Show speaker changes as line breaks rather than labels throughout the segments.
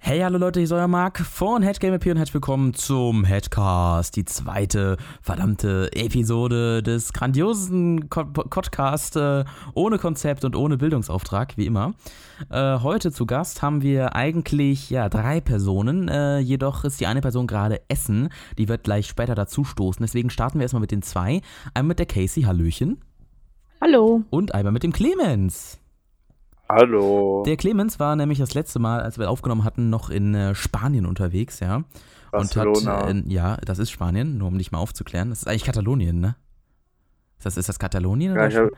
Hey, hallo Leute, hier ist euer Marc von HeadGameAP und herzlich willkommen zum Headcast, die zweite verdammte Episode des grandiosen Co- Podcast äh, ohne Konzept und ohne Bildungsauftrag, wie immer. Äh, heute zu Gast haben wir eigentlich ja drei Personen, äh, jedoch ist die eine Person gerade Essen, die wird gleich später dazu stoßen, deswegen starten wir erstmal mit den zwei. Einmal mit der Casey, Hallöchen,
Hallo.
und einmal mit dem Clemens.
Hallo.
Der Clemens war nämlich das letzte Mal, als wir aufgenommen hatten, noch in äh, Spanien unterwegs, ja. Und
Barcelona.
hat, äh, ja, das ist Spanien, nur um dich mal aufzuklären. Das ist eigentlich Katalonien, ne? Ist das, ist das Katalonien?
ja, ich habe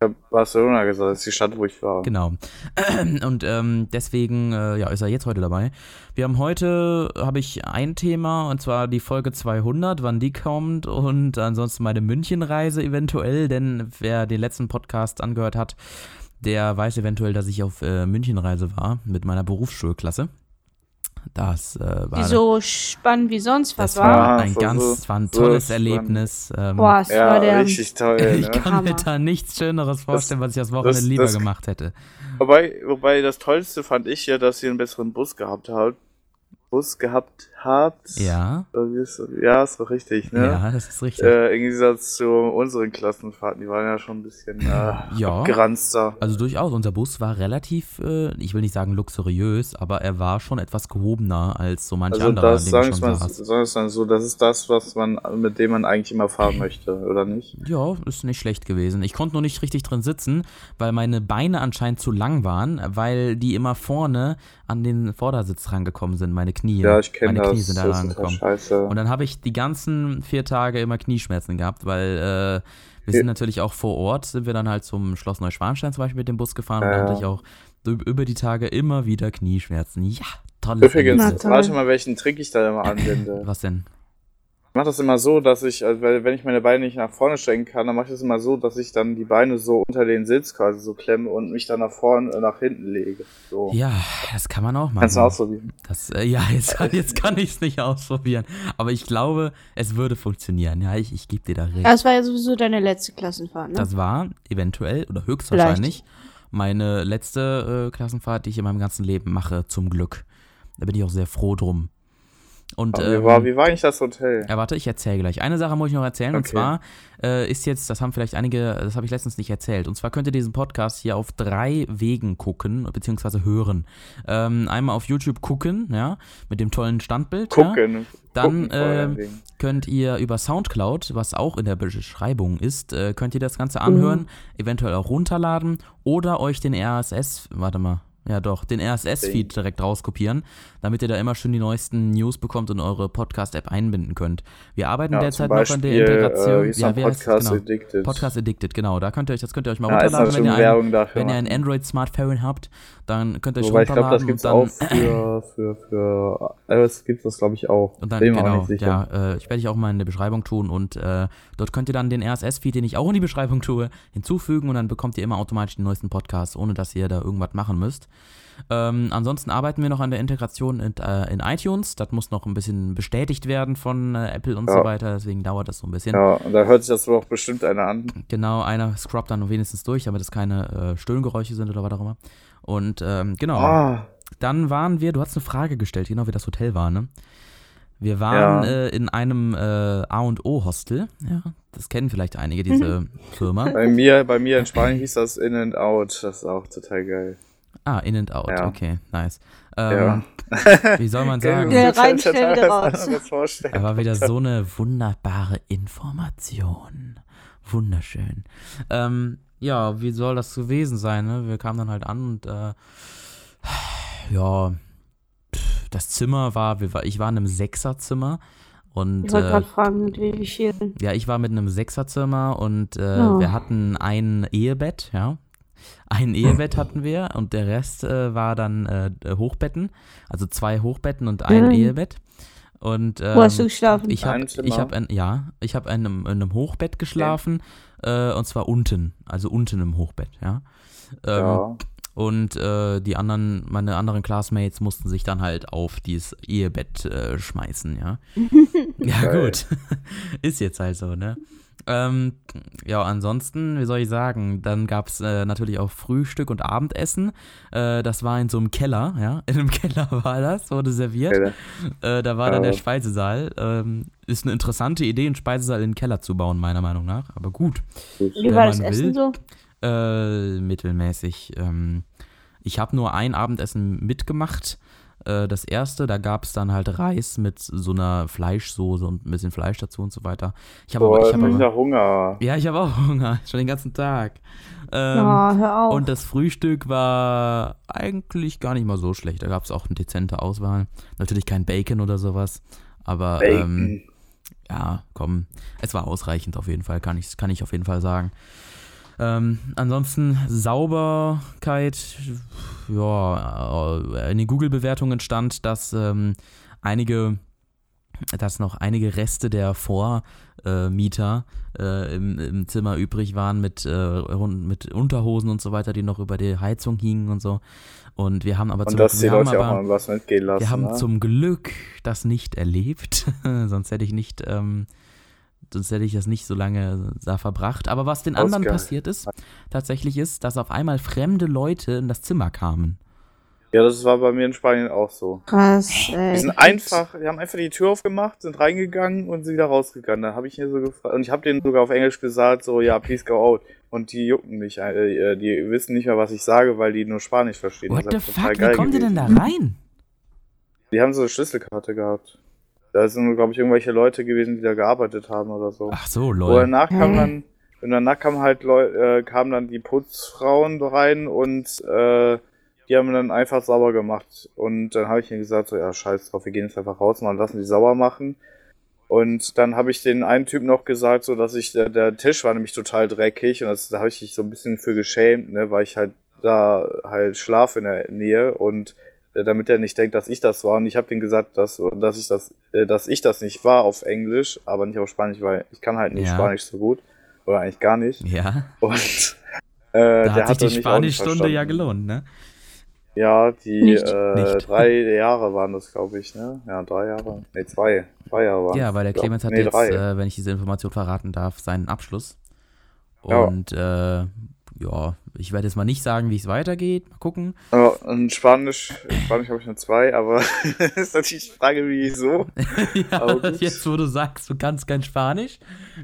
hab Barcelona gesagt, das ist die Stadt, wo ich war.
Genau. Und ähm, deswegen äh, ja, ist er jetzt heute dabei. Wir haben heute, habe ich ein Thema, und zwar die Folge 200, wann die kommt und ansonsten meine Münchenreise eventuell, denn wer den letzten Podcast angehört hat, der weiß eventuell, dass ich auf äh, Münchenreise war mit meiner Berufsschulklasse. Das äh, war,
Die so spannend wie sonst was
das
war.
war ein
Ah, so-
ganz,
so-
das war ein
so
tolles
spannend.
Erlebnis. Ähm,
Boah, es
Ja,
war der.
richtig toll.
ich
Ne?
kann mir
Hammer.
da nichts Schöneres vorstellen, was ich das Wochenende
das-
lieber
das-
gemacht hätte.
Wobei, wobei das Tollste fand ich ja, dass ihr einen besseren Bus gehabt habt. Bus gehabt habt.
Ja,
Irgendwie ist- Ja, ist doch richtig, ne?
ja, das ist richtig.
Äh, Im Gegensatz zu unseren Klassenfahrten, die waren ja schon ein bisschen äh,
Ja.
abgeranzter.
Also durchaus, unser Bus war relativ, äh, ich will nicht sagen luxuriös, aber er war schon etwas gehobener als so manche
Also
andere,
das,
an denen
sagen
ich
wir
schon
mal,
saß.
sagen wir's mal so, das ist das, was man, mit dem man eigentlich immer fahren möchte, oder nicht?
Ja, ist nicht schlecht gewesen. Ich konnte nur nicht richtig drin sitzen, weil meine Beine anscheinend zu lang waren, weil die immer vorne an den Vordersitz rangekommen sind, meine Knie.
Ja, ich kenne
Meine
das.
Knie sind da
das ist total
rangekommen.
scheiße.
Und dann habe ich die ganzen vier Tage immer Knieschmerzen gehabt, weil äh, wir sind
Ja.
natürlich auch vor Ort, sind wir dann halt zum Schloss Neuschwanstein zum Beispiel mit dem Bus gefahren und
Ja,
dann hatte
ja.
ich auch üb- über die Tage immer wieder Knieschmerzen. Ja, tolles
Na
Übrigens,
Erlebnis.
toll.
warte mal, welchen Trick ich da immer anwende.
Was denn?
Ich mache das immer so, dass ich, also weil- wenn ich meine Beine nicht nach vorne strecken kann, dann mache ich das immer so, dass ich dann die Beine so unter den Sitz quasi so klemme und mich dann nach vorne, äh, nach hinten lege. So.
Ja, das kann man auch machen.
Kannst du ausprobieren.
Das, äh, ja, jetzt, jetzt kann ich es nicht ausprobieren. Aber ich glaube, es würde funktionieren. Ja, ich, ich gebe dir da recht.
Das war ja sowieso deine letzte Klassenfahrt, ne?
Das war eventuell oder höchstwahrscheinlich meine letzte äh, Klassenfahrt, die ich in meinem ganzen Leben mache, zum Glück. Da bin ich auch sehr froh drum. Und
Aber
ähm,
wie, war, wie war eigentlich das Hotel?
ja, warte, ich erzähle gleich. Eine Sache muss ich noch erzählen, und
Okay.
zwar äh, ist jetzt, das haben vielleicht einige, das habe ich letztens nicht erzählt, und zwar könnt ihr diesen Podcast hier auf drei Wegen gucken, beziehungsweise hören. Ähm, einmal auf YouTube gucken, ja, mit dem tollen Standbild. Ja.
Gucken.
Dann,
Gucken vor allen
ähm,
Dingen.
Könnt ihr über Soundcloud, was auch in der Beschreibung ist, äh, könnt ihr das
Mhm.
Ganze anhören, eventuell auch runterladen oder euch den RSS, warte mal, ja doch, den RSS-Feed direkt rauskopieren, damit ihr da immer schön die neuesten News bekommt und eure Podcast-App einbinden könnt. Wir arbeiten
ja, zum
derzeit noch an der
Beispiel,
Integration.
äh, wie ist ja,
wie heißt das?
Podcast
genau.
Addicted?
Podcast Addicted, genau. Da könnt ihr euch, das könnt ihr euch mal
ja, ist
runterladen,
natürlich
wenn ihr,
schon
ein,
Werbung dafür.
wenn ihr ein
machen.
Android-Smartphone habt, dann könnt ihr euch
Wobei ich glaube,
runterladen
das gibt's auch
und dann.
für, für, für iOS gibt's das glaube ich auch.
Und dann,
Bin mir auch
genau,
nicht sicher.
ja, äh, ich werde ich auch mal in der Beschreibung tun und äh, dort könnt ihr dann den RSS-Feed, den ich auch in die Beschreibung tue, hinzufügen und dann bekommt ihr immer automatisch den neuesten Podcast, ohne dass ihr da irgendwas machen müsst. Ähm, ansonsten arbeiten wir noch an der Integration in, äh, in iTunes. Das muss noch ein bisschen bestätigt werden von äh, Apple und so
Ja.
weiter, deswegen dauert das so ein bisschen.
Ja, und da hört sich das wohl auch bestimmt einer an.
Genau, einer scrubbt dann wenigstens durch, damit es keine äh, Stöhngeräusche sind oder was auch immer. Und ähm, genau.
Ah,
Dann waren wir, du hast eine Frage gestellt, genau wie das Hotel war, ne? Wir waren
Ja.
äh, in einem äh, A&O-Hostel, ja, das kennen vielleicht einige, diese Firma.
bei mir, bei mir in Spanien hieß das In and Out. Das ist auch total geil.
Ah, In and Out,
Ja.
okay, nice. Ähm, Wie soll man sagen?
Ja.
Ich kann mir
reinstellen, wieder
total was
raus.
anderes vorstellen.
Aber wieder so eine wunderbare Information. Wunderschön. Ähm, ja, wie soll das gewesen sein? Ne? Wir kamen dann halt an und äh, ja, pff, das Zimmer war, wir war, ich war in einem Sechserzimmer und
ich wollte
äh, ähm,
gerade fragen, mit wie vielen.
Ja, ich war mit einem Sechserzimmer und äh,
Ja.
wir hatten ein Ehebett, ja.
Oh.
Ein Ehebett hatten wir und der Rest äh, war dann äh, Hochbetten, also zwei Hochbetten und ein
Nein.
Ehebett. Und ähm,
Wo hast du geschlafen?
ich habe
Ein Zimmer.
ich habe ein ja, ich habe in einem, in einem Hochbett geschlafen äh, und zwar unten, also unten im Hochbett, ja. Ähm,
ja.
und äh, die anderen, meine anderen Classmates mussten sich dann halt auf dieses Ehebett äh, schmeißen, ja. ja,
Geil.
gut. Ist jetzt halt so, ne? Ähm, ja, ansonsten, wie soll ich sagen, dann gab es äh, natürlich auch Frühstück und Abendessen. Äh, das war in so einem Keller, ja. In einem Keller war das, wurde serviert.
Keller.
Äh, da war dann der
Oh.
Speisesaal. Ähm, ist eine interessante Idee, einen Speisesaal in den Keller zu bauen, meiner Meinung nach. Aber gut.
Wie
Wenn
war das
man will.
Essen so?
Äh, mittelmäßig. Ähm, ich habe nur ein Abendessen mitgemacht. Äh, das erste, da gab es dann halt Reis mit so einer Fleischsoße und ein bisschen Fleisch dazu und so weiter. Ich habe aber,
Boah,
ich
ich
hab
hab
aber
wieder Hunger.
ja, ich habe auch Hunger, schon den ganzen Tag. Ähm,
oh, hör auf.
Und das Frühstück war eigentlich gar nicht mal so schlecht. Da gab es auch eine dezente Auswahl. Natürlich kein Bacon oder sowas, aber Ähm,
Bacon.
ja, komm. Es war ausreichend auf jeden Fall, kann ich, kann ich auf jeden Fall sagen. Ähm, ansonsten Sauberkeit, ja, äh, in den Google-Bewertungen stand, dass ähm, einige, dass noch einige Reste der Vormieter äh, im, im Zimmer übrig waren mit, äh, rund- mit Unterhosen und so weiter, die noch über die Heizung hingen und so. Und wir haben aber
Und dass die
wir haben
Leute auch
aber-
mal was mitgehen lassen.
wir haben
ne?
zum Glück das nicht erlebt, sonst hätte ich nicht, ähm, sonst hätte ich das nicht so lange da verbracht. Aber was den anderen
Ausgehalten.
passiert ist, tatsächlich ist, dass auf einmal fremde Leute in das Zimmer kamen.
ja, das war bei mir in Spanien auch so.
Krass, ey.
Die sind einfach, die haben einfach die Tür aufgemacht, sind reingegangen und sind wieder rausgegangen. Da habe ich hier so gefragt und ich habe denen sogar auf Englisch gesagt, so ja, please go out. Und die jucken nicht, äh, äh, die wissen nicht mehr, was ich sage, weil die nur Spanisch verstehen.
What the
Das ist total
fuck, wie
geil
kommen die denn
gewesen.
da rein?
Die haben so eine Schlüsselkarte gehabt. Da sind, glaube ich, irgendwelche Leute gewesen, die da gearbeitet haben oder so.
Ach so,
Und
lol.
danach kam
Hä?
dann, und danach kamen halt Leu äh, kamen dann die Putzfrauen rein und äh, die haben dann einfach sauber gemacht. Und dann habe ich ihnen gesagt, so, ja, scheiß drauf, wir gehen jetzt einfach raus und lassen die sauber machen. Und dann habe ich den einen Typen noch gesagt, so dass ich, der, der Tisch war nämlich total dreckig und das, da habe ich mich so ein bisschen für geschämt, ne, weil ich halt da halt schlaf in der Nähe und äh, damit er nicht denkt, dass ich das war. Und ich habe dem gesagt, dass, dass ich das, äh, dass ich das nicht war auf Englisch, aber nicht auf Spanisch, weil ich kann halt nicht
Ja.
Spanisch so gut. Oder eigentlich gar nicht.
Ja,
Und äh,
da
der
hat sich
dann
die
mich auch nicht
Spanischstunde ja
verstanden.
gelohnt, ne?
Ja, die
Nicht.
äh,
Nicht.
drei Jahre waren das, glaube ich, ne? Ja, drei Jahre. Ne, zwei. Zwei Jahre waren
Ja, weil der
glaub,
Clemens hat
nee,
jetzt,
drei.
äh, wenn ich diese Information verraten darf, seinen Abschluss.
Ja.
Und äh, ja, ich werde jetzt mal nicht sagen, wie es weitergeht. Mal gucken.
Ja, und Spanisch, in Spanisch habe ich nur zwei, aber ist natürlich die Frage, wieso.
Ja,
Aber gut.
jetzt wo du sagst, du kannst kein Spanisch.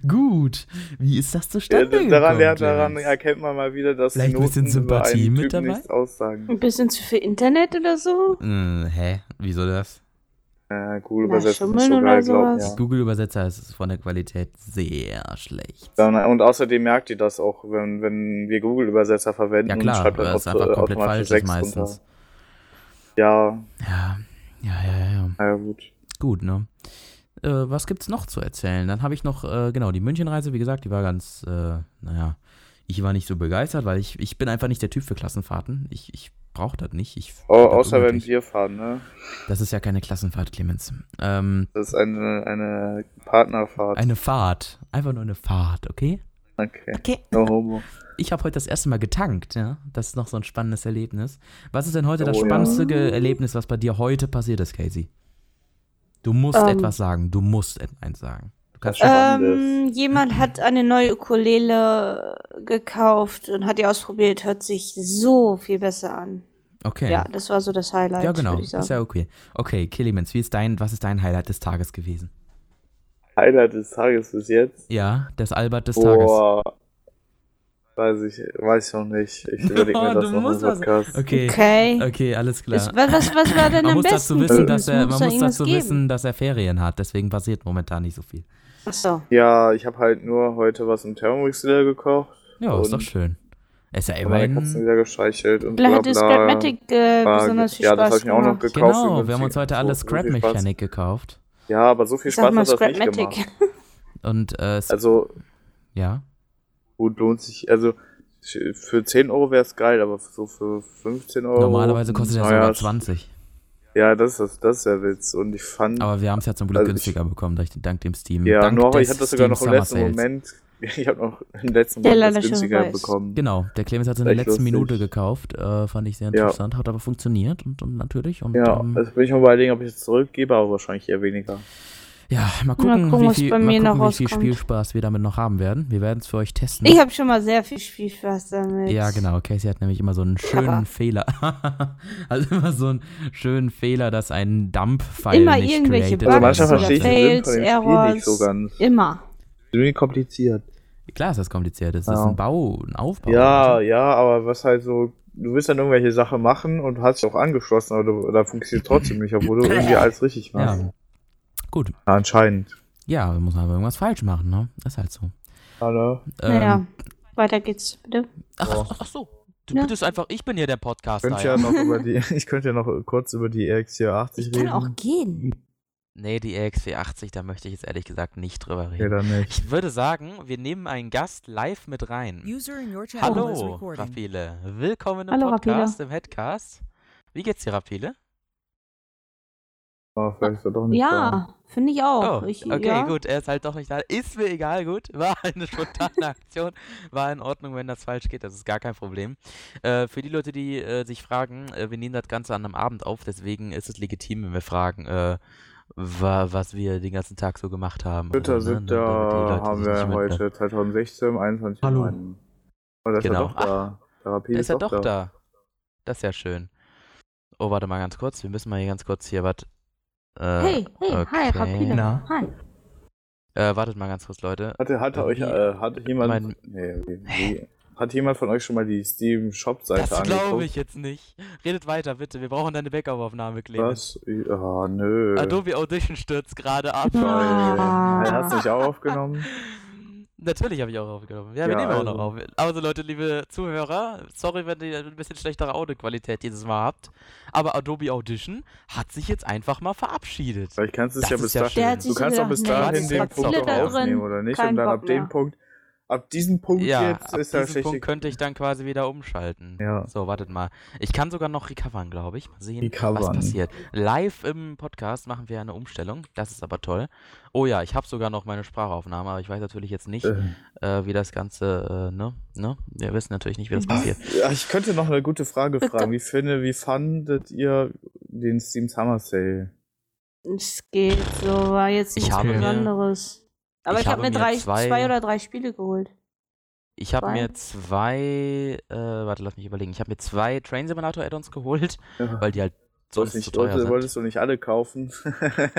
Gut, wie ist das
Ja,
zustande gekommen?
äh, daran, lernt, daran
Clarence?
erkennt man mal wieder, dass
Vielleicht ein bisschen
Noten über
Sympathie
einen
mit
Typen
dabei?
nichts aussagen.
Ein bisschen zu viel Internet oder so?
Hm, hä? Wieso das?
Äh, Google
Na,
übersetzt ist nicht
schummeln
so
oder
geil, glaub
sowas?
ich. Ja.
Google-Übersetzer ist von der Qualität sehr schlecht.
Dann, und außerdem merkt ihr das auch, wenn, wenn wir Google-Übersetzer verwenden
Ja
und
klar,
schreibt
weil
dann
es
auto-
einfach komplett
automatisch
falsch ist
sechs
meistens.
runter. Ja,
Ja, ja, ja, ja, ja.
na ja, gut.
Gut, ne? Äh, was gibt's noch zu erzählen? Dann habe ich noch, äh, genau, die Münchenreise, wie gesagt, die war ganz, äh, naja, ich war nicht so begeistert, weil ich, ich bin einfach nicht der Typ für Klassenfahrten. Ich, ich brauche das nicht. Ich
Oh,
find das
außer wenn
unnötig.
wir fahren, ne?
Das ist ja keine Klassenfahrt, Clemens. Ähm,
Das ist eine, eine Partnerfahrt.
Eine Fahrt. Einfach nur eine Fahrt, okay?
Okay.
Okay.
No homo.
Ich habe heute das erste Mal getankt, ja. Das ist noch so ein spannendes Erlebnis. Was ist denn heute das
Oh, ja.
spannendste Ge- Erlebnis, was bei dir heute passiert ist, Casey? Du musst
Ähm.
etwas sagen. Du musst et- eins sagen. Du kannst schon.
Spannendes.
Ähm, jemand hat eine neue Ukulele gekauft und hat die ausprobiert. Hört sich so viel besser an.
Okay.
Ja, das war so das Highlight.
Ja, genau.
Würde ich sagen.
Ist ja okay. Okay, Killimans, wie ist dein, was ist dein Highlight des Tages gewesen?
Highlight des Tages bis jetzt.
Ja, das Albert des Tages.
Boah. Weiß ich, weiß ich noch nicht. Ich überlege mir
Oh,
das
du
noch im
musst was-
Podcast.
Okay. okay.
okay.
alles klar.
Das, was, was, was war denn
man
am
muss dazu
besten?
wissen,
Es
dass er, man
doch
muss dazu
irgendwas
wissen, dass er Ferien hat. Deswegen passiert momentan nicht so viel.
Ach so.
Ja, ich habe halt nur heute was im Thermomix wieder gekocht.
Ja, ist doch
Und-
schön. Ist ja
Und meine Katzen
immerhin.
wieder gestreichelt und
Vielleicht
bla
hat das
bla.
Grammatik äh,
War-
besonders viel
ja, das
Spaß
hab ich mir auch noch
gemacht.
gekauft
Genau,
übrigens.
wir haben uns heute
So
alle
viel Spaß.
Scrap-Mechanik gekauft.
Ja, aber so viel
Ich sag
Spaß
mal
hat das nicht
Scrapmatic.
gemacht.
Und, äh, es-
Also,
ja.
gut, lohnt sich. Also, für 10 Euro wäre es geil, aber so für 15 Euro.
Normalerweise kostet er
naja,
sogar 20.
Ja, das ist, das, das ist der Witz. Und ich fand.
Aber wir haben es ja zum Glück
Also ich-
günstiger bekommen, durch, dank dem Steam.
Ja,
dank
nur ich
des
hatte das sogar noch im
Steam
letzten
Summer Sales.
Moment. Ich habe noch im letzten
Der
Moment das
leider schon
günstiger
weiß.
bekommen.
Genau, der Clemens hat es in der
Echt
letzten
lustig.
Minute gekauft. Äh, fand ich sehr
Ja.
interessant, hat aber funktioniert und, und natürlich. Und,
Ja,
ähm,
also bin ich mal überlegen, ob ich es zurückgebe, aber wahrscheinlich eher weniger.
Ja, mal gucken,
Mal gucken,
wie
was
viel,
bei
mal
mir
gucken,
noch
wie viel
rauskommt.
Spielspaß wir damit noch haben werden. Wir werden es für euch testen.
Ich habe schon mal sehr viel Spielspaß damit.
Ja, genau. Casey hat nämlich immer so einen schönen
Aber-
Fehler. also immer so einen schönen Fehler, dass ein Dump-File
Immer
nicht
irgendwelche
created
Also
Bugs
werden
manchmal
oder
soll.
verstehe ich den Sinn von dem
Fails,
Spiel nicht so
Errors.
ganz.
Immer.
Irgendwie kompliziert.
Klar ist das kompliziert. Das ist
Ja.
ein Bau, ein Aufbau.
Ja, ja, aber was halt so, du willst dann irgendwelche Sachen machen und hast dich auch angeschlossen, aber du, da funktioniert trotzdem nicht, obwohl du irgendwie alles richtig machst.
Ja. Gut.
Ja, anscheinend.
Ja, muss man aber irgendwas falsch machen, ne? Das ist halt so.
Ja, ne?
Ähm,
naja, weiter geht's, bitte.
Ach, ach, ach so. Du
Ja.
bittest einfach, ich bin hier der
Ich
Podcast.
könnte ja noch über die, ich könnte ja noch kurz über die RX480
Ich
reden.
kann auch gehen.
Nee, die RX480, da möchte ich jetzt ehrlich gesagt nicht drüber
okay,
reden.
dann nicht.
ich würde sagen, wir nehmen einen Gast live mit rein.
User in your channel is
Hallo,
recording.
Rapile. Willkommen im
Hallo,
Podcast, im Headcast. Wie geht's dir, Rapile?
Oh, vielleicht war doch nicht
Ja, finde ich auch.
Oh,
ich,
okay,
ja.
gut, er ist halt doch nicht da. Ist mir egal, gut. War eine spontane Aktion. War in Ordnung, wenn das falsch geht. Das ist gar kein Problem. Äh, für die Leute, die äh, sich fragen, äh, wir nehmen das Ganze an einem Abend auf. Deswegen ist es legitim, wenn wir fragen, äh, wa was wir den ganzen Tag so gemacht haben.
da.
Also, ne,
3.7.
damit die Leute
haben
sich
wir
nicht mit- ne.
heute 2016, 21.
Hallo.
Und
Genau.
das ist ja doch da. Therapie
Da ist er doch da. Das ist ja schön. Oh, warte mal ganz kurz. Wir müssen mal hier ganz kurz hier was. Äh,
Hey, hey, hi,
okay.
Rapide.
Na?
Hi.
Äh, wartet mal ganz kurz, Leute.
Hatte, hatte euch,
Wie-
äh, hat jemand,
mein-
nee, wie, wie, hat jemand von euch schon mal die Steam Shop Seite
Das
angeguckt?
glaube ich jetzt nicht. Redet weiter, bitte. Wir brauchen deine Backup-Aufnahme, Clemens.
Was? Ah, nö.
Adobe Audition stürzt gerade ab.
Toll.
Ah.
Er hat's nicht auch aufgenommen.
Natürlich habe ich auch aufgenommen. Ja, wir
Ja,
nehmen auch noch
also.
auf. Also Leute, liebe Zuhörer, sorry, wenn ihr ein bisschen schlechtere Audioqualität dieses Mal habt, aber Adobe Audition hat sich jetzt einfach mal verabschiedet.
Vielleicht kannst du es
Das
ja
ist
bis
ja
dahin.
schön. Der
hat
du
sich
kannst ja
gedacht,
bis
nee,
dahin
jetzt
den
hat
Punkt
viele
auch
da drin,
aufnehmen, oder nicht?
kein
Und dann
Bock
ab dem
mehr.
Punkt, ab diesem Punkt
Ja,
Um jetzt
ab
ist ja
diesem Punkt
schlecht.
könnte ich dann quasi wieder umschalten.
Ja.
So, wartet mal. Ich kann sogar noch recovern, glaube ich. Mal sehen, was
Recovern.
passiert. Live im Podcast machen wir eine Umstellung. Das ist aber toll. Oh ja, ich habe sogar noch meine Sprachaufnahme, aber ich weiß natürlich jetzt nicht,
Äh,
äh, wie das Ganze, äh, ne? ne? Wir wissen natürlich nicht, wie das passiert.
ja, ich könnte noch eine gute Frage fragen. Wie finde, wie fandet ihr den Steam Summer Sale?
Es geht so, war jetzt
Ich
nichts
habe mir-
Besonderes. Aber
ich
ich,
habe
habe mir
mir
drei,
zwei-
zwei, oder drei Spiele geholt.
Ich habe
Zwei?
mir zwei, äh, warte, lass mich überlegen. Ich habe mir zwei Train Simulator Add-ons geholt,
Ja.
weil die halt sonst
Wolltest
zu
nicht,
teuer
wolltest,
sind.
wolltest du nicht alle kaufen?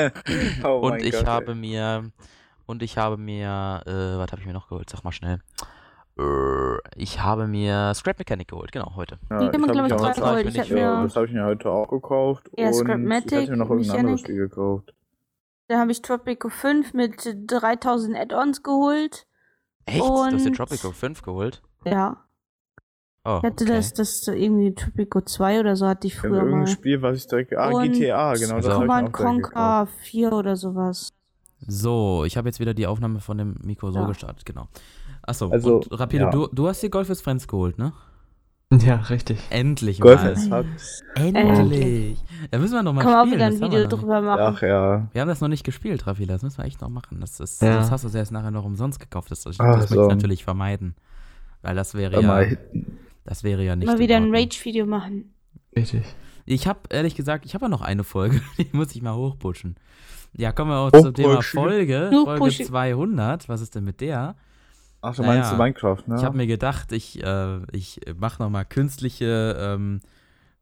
oh
und
mein
ich
Gott, ey.
habe mir und ich habe mir äh, was habe ich mir noch geholt? Sag mal schnell. Äh, Ich habe mir Scrap Mechanic geholt, genau, heute.
Ja,
Die
ich
kann man,
hab
glaube ich,
mich
auch
gerade
auch-
zwei
geholt.
Spiele
Ich
nicht
habe mir,
Ja, das habe ich mir heute auch gekauft.
Ja,
und ich
Scrapmatic,
hatte mir noch irgendein
Mechanic.
anderes Spiel gekauft.
dann habe ich Tropico 5 mit 3000 Add-ons geholt.
Echt? Du hast dir
Und-
Tropico 5 geholt?
Ja.
Oh,
Ich hatte
okay.
das, das so irgendwie Tropico 2 oder so hatte ich
Also
früher
irgendein
mal.
Spiel, was ich direkt. Ah,
Und
GTA, genau.
So.
Das habe ich mir
Command
auch direkt gekauft.
Conquer 4 oder sowas.
So, ich habe jetzt wieder die Aufnahme von dem Mikro so
Ja.
gestartet, genau. Achso,
Also,
und Rapido,
ja.
du, du hast dir Golf is Friends geholt, ne?
Ja, richtig.
Endlich
Golf
mal.
ist hat.
Endlich. Da müssen wir noch mal
Kann man auch
spielen.
wieder ein
das haben
Video
wir noch nicht.
drüber machen.
Ach ja.
Wir haben das noch nicht gespielt, Rafila. Das müssen wir echt noch machen. Das, ist,
Ja.
Sonst hast du es erst nachher noch umsonst gekauft. Das, das
Ach
möchte
so.
ich natürlich vermeiden. Weil das wäre
Hör
ja,
mal.
das wäre ja nicht.
Mal
in
wieder ein
Ordnung.
Rage-Video machen.
Richtig.
Ich habe ehrlich gesagt, ich habe ja noch eine Folge. Die muss ich mal hochpushen. Ja, kommen wir auch zum
Hochpushen.
Thema Folge. Folge
Hochpushen.
200. Was ist denn mit der?
Ach, du
Naja.
meinst du Minecraft, ne?
Ich habe mir gedacht, ich, äh, ich mache nochmal künstliche ähm,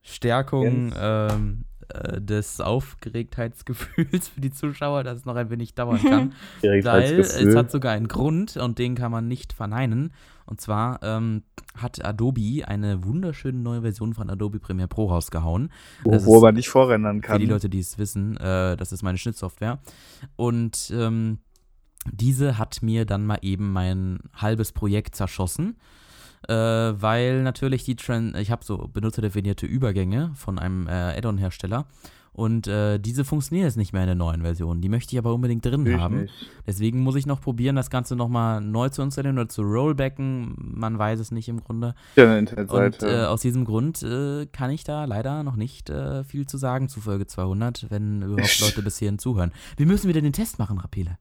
Stärkung
Jens.
ähm, äh, des Aufgeregtheitsgefühls für die Zuschauer, dass es noch ein wenig dauern kann.
direkt als
Weil es
Gefühl.
hat sogar einen Grund und den kann man nicht verneinen. Und zwar ähm, hat Adobe eine wunderschöne neue Version von Adobe Premiere Pro rausgehauen. das
wo,
ist-
wo man nicht vorrendern
Für
kann.
die Leute, die es wissen, äh, das ist meine Schnittsoftware. Und ähm, diese hat mir dann mal eben mein halbes Projekt zerschossen. Äh, weil natürlich die Trend, ich habe so benutzerdefinierte Übergänge von einem äh, Add-on-Hersteller und äh, diese funktionieren jetzt nicht mehr in der neuen Version. Die möchte ich aber unbedingt drin
Natürlich
haben.
nicht.
Deswegen muss ich noch probieren, das Ganze nochmal neu zu installieren oder zu rollbacken. Man weiß es nicht im Grunde.
Ja, eine
Und
Internetseite.
äh, aus diesem Grund äh, kann ich da leider noch nicht äh, viel zu sagen zu Folge 200, wenn überhaupt Leute bis hierhin zuhören. Wir müssen wieder den Test machen, Rapile.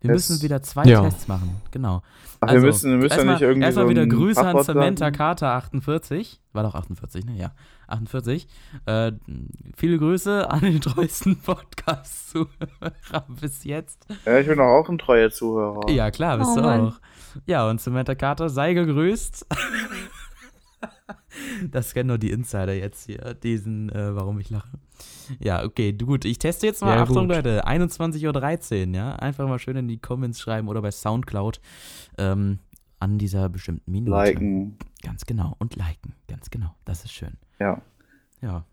Wir
Tests.
müssen wieder zwei
Ja.
Tests machen. Genau.
Ach, wir müssen, wir müssen ja
erstmal,
nicht irgendwie.
erstmal
so
wieder
ein
Grüße an
Fachwort
Samantha
sagen.
Carter 48. War doch 48, ne? Ja. 48. Äh, viele Grüße an den treuesten Podcast-Zuhörer bis jetzt.
Ja, ich bin doch auch ein treuer Zuhörer.
Ja, klar, bist
Oh
du
Mann.
auch. Ja, und Samantha Carter, sei gegrüßt. das kennen nur die Insider jetzt hier, diesen, äh, warum ich lache. Ja, okay, du- gut. Ich teste jetzt mal.
Ja,
Achtung,
gut.
Leute, 21.13 Uhr, ja. Einfach mal schön in die Comments schreiben oder bei Soundcloud ähm, an dieser bestimmten Minute.
Liken.
Ganz genau. Und liken. Ganz genau. Das ist schön.
Ja.
Ja.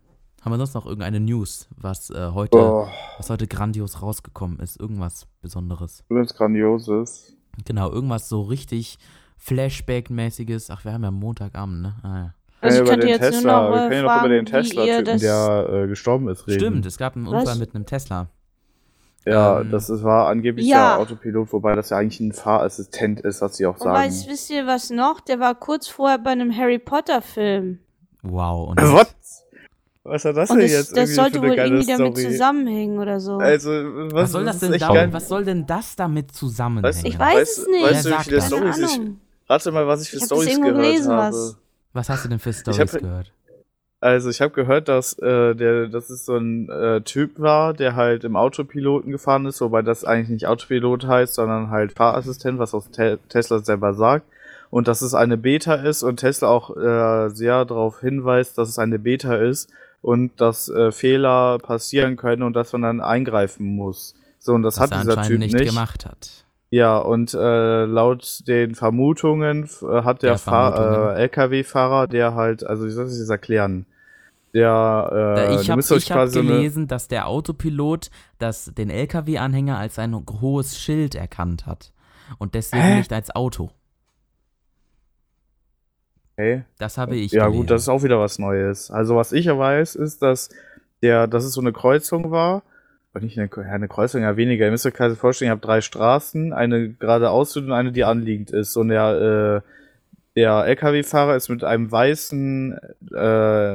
Haben wir sonst noch irgendeine News, was, äh, heute,
Oh,
was heute grandios rausgekommen ist? Irgendwas Besonderes?
übrigens Grandioses.
Genau, irgendwas so richtig Flashback-mäßiges. Ach, wir haben ja Montagabend, ne? Ah, ja.
Also
Ja,
ich
über
könnte
den
jetzt
Tesla.
nur noch
Wir
mal
können ja noch
fragen,
über den
wie ihr
Tesla-Typen,
das...
der äh, gestorben ist, reden.
Stimmt, es gab einen
Was?
Unfall mit einem Tesla.
Ja,
Ähm,
das ist, war angeblich
ja.
der Autopilot, wobei das ja eigentlich ein Fahrassistent ist, was sie auch
Und
sagen.
weißt, wisst ihr was noch? Der war kurz vorher bei einem Harry Potter Film.
Wow. Und
Was? Was hat das
Und
denn
das,
jetzt?
das
irgendwie
sollte
für eine
wohl
geile
irgendwie damit
Story?
zusammenhängen oder so.
Also, was,
was, soll das denn
echt
da,
geil.
was soll denn das damit zusammenhängen?
Weißt du,
ich weiß
Weißt-
es nicht.
weißt du, wie viele
Keine
Storys ich-
Ahnung.
Rate mal, was ich für
Ich hab das
Stories
irgendwo
gehört
gelesen,
habe.
was.
Was hast du denn für
hab-
Stories gehört?
Also ich habe gehört, dass äh, der, dass es so ein äh, Typ war, der halt im Autopiloten gefahren ist, wobei das eigentlich nicht Autopilot heißt, sondern halt Fahrassistent, was auch Te Tesla selber sagt. Und dass es eine Beta ist und Tesla auch äh, sehr darauf hinweist, dass es eine Beta ist und dass äh, Fehler passieren können und dass man dann eingreifen muss. So, und das
was er
hat dieser
anscheinend
Typ
nicht,
nicht.
gemacht hat.
Ja, und äh, laut den Vermutungen f- äh, hat der
Ja, Vermutungen. ne?
Fahr- äh, LKW-Fahrer, der halt, also wie soll ich das erklären? Der, äh,
ich
du
habe
müsst euch
hab
quasi so eine,
gelesen, dass der Autopilot das, den LKW-Anhänger als ein hohes Schild erkannt hat. Und deswegen
Hä?
nicht als Auto.
Hey.
Das habe ich
Ja,
gelesen.
gut, das ist auch wieder was Neues. Also, was ich ja weiß, ist, dass der, dass es so eine Kreuzung war. Und nicht eine, ja, eine Kreuzung, ja weniger. Ihr müsst euch quasi vorstellen, ihr habt drei Straßen, eine geradeaus führt und eine, die anliegend ist. Und der, äh, der LKW-Fahrer ist mit einem weißen, äh, L-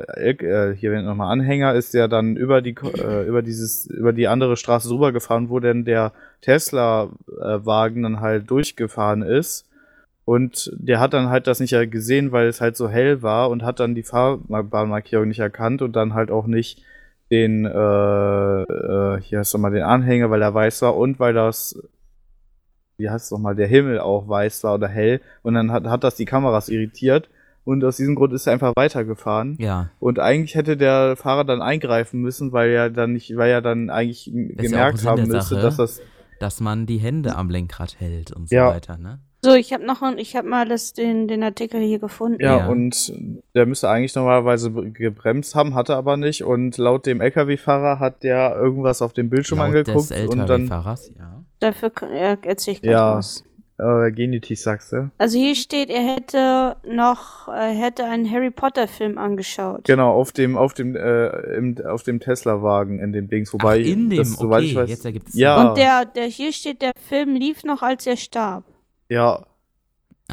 äh, hier wenn nochmal Anhänger, ist der dann über die, Ko- äh, über dieses, über die andere Straße rübergefahren, wo denn der Tesla-Wagen dann halt durchgefahren ist. Und der hat dann halt das nicht gesehen, weil es halt so hell war und hat dann die Fahrbahnmarkierung nicht erkannt und dann halt auch nicht den, äh, äh, hier heißt nochmal den Anhänger, weil er weiß war und weil das, wie heißt es nochmal, der Himmel auch weiß war oder hell und dann hat, hat das die Kameras irritiert und aus diesem Grund ist er einfach weitergefahren.
ja,
Und eigentlich hätte der Fahrer dann eingreifen müssen, weil er dann nicht, weil er dann eigentlich
ja auch
gemerkt
Sinn
haben
der
müsste,
Sache.
dass das
dass man die Hände am Lenkrad hält und so
Ja.
weiter, ne?
So, ich habe noch, ein- ich habe mal das, den, den Artikel hier gefunden.
Ja,
Ja.
und der müsste eigentlich normalerweise b- gebremst haben, hatte aber nicht. Und laut dem LKW-Fahrer hat der irgendwas auf dem Bildschirm
Laut
angeguckt
des
und dann
LKW-Fahrers, ja.
Dafür kann- ja, erzähle ich gleich
Ja.
was.
äh, genitiv sagst du.
Also hier steht, er hätte noch, er hätte einen Harry Potter Film angeschaut.
Genau, auf dem, auf dem, äh, im, auf dem Tesla-Wagen in dem Dings,
Ach,
wobei
in dem,
das, soweit
okay,
ich weiß,
jetzt ergibt es
Ja.
Und der, der hier steht, der Film lief noch, als er starb.
ja.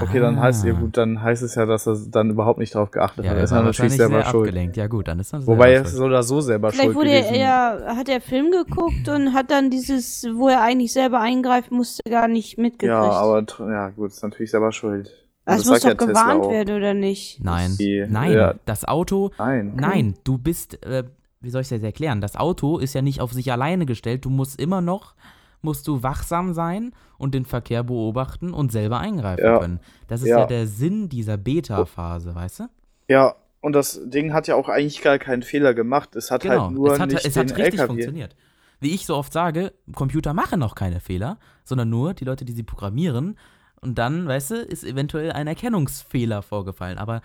Okay, dann heißt
Ah.
ja gut, dann heißt es ja, dass er dann überhaupt nicht drauf geachtet
Ja,
hat.
er
Ist
war
er natürlich
wahrscheinlich sehr
selber schuld.
abgelenkt. Ja gut, dann ist das
Wobei er
selber
ist
schuld.
so oder so selber
Vielleicht
schuld
wurde
gewesen.
er, ja- hat er Film geguckt und hat dann dieses, wo er eigentlich selber eingreifen musste, gar nicht mitgekriegt.
ja, aber tr- ja, gut, ist natürlich selber schuld.
das, muss
sagt
doch
ja Tesla
gewarnt
auch.
werden, oder nicht?
Nein,
Die-
nein,
ja.
das Auto,
Nein.
nein, du bist, äh, wie soll ich das erklären? Das Auto ist ja nicht auf sich alleine gestellt. Du musst immer noch, musst du wachsam sein und den Verkehr beobachten und selber eingreifen
Ja.
können. Das ist ja.
Ja.
der Sinn dieser Beta-Phase, weißt du?
Ja, und das Ding hat ja auch eigentlich gar keinen Fehler gemacht. Es hat
Genau,
halt nur
es hat,
nicht
es hat
den
richtig
LKW.
funktioniert. Wie ich so oft sage, Computer machen noch keine Fehler, sondern nur die Leute, die sie programmieren. Und dann, weißt du, ist eventuell ein Erkennungsfehler vorgefallen. Aber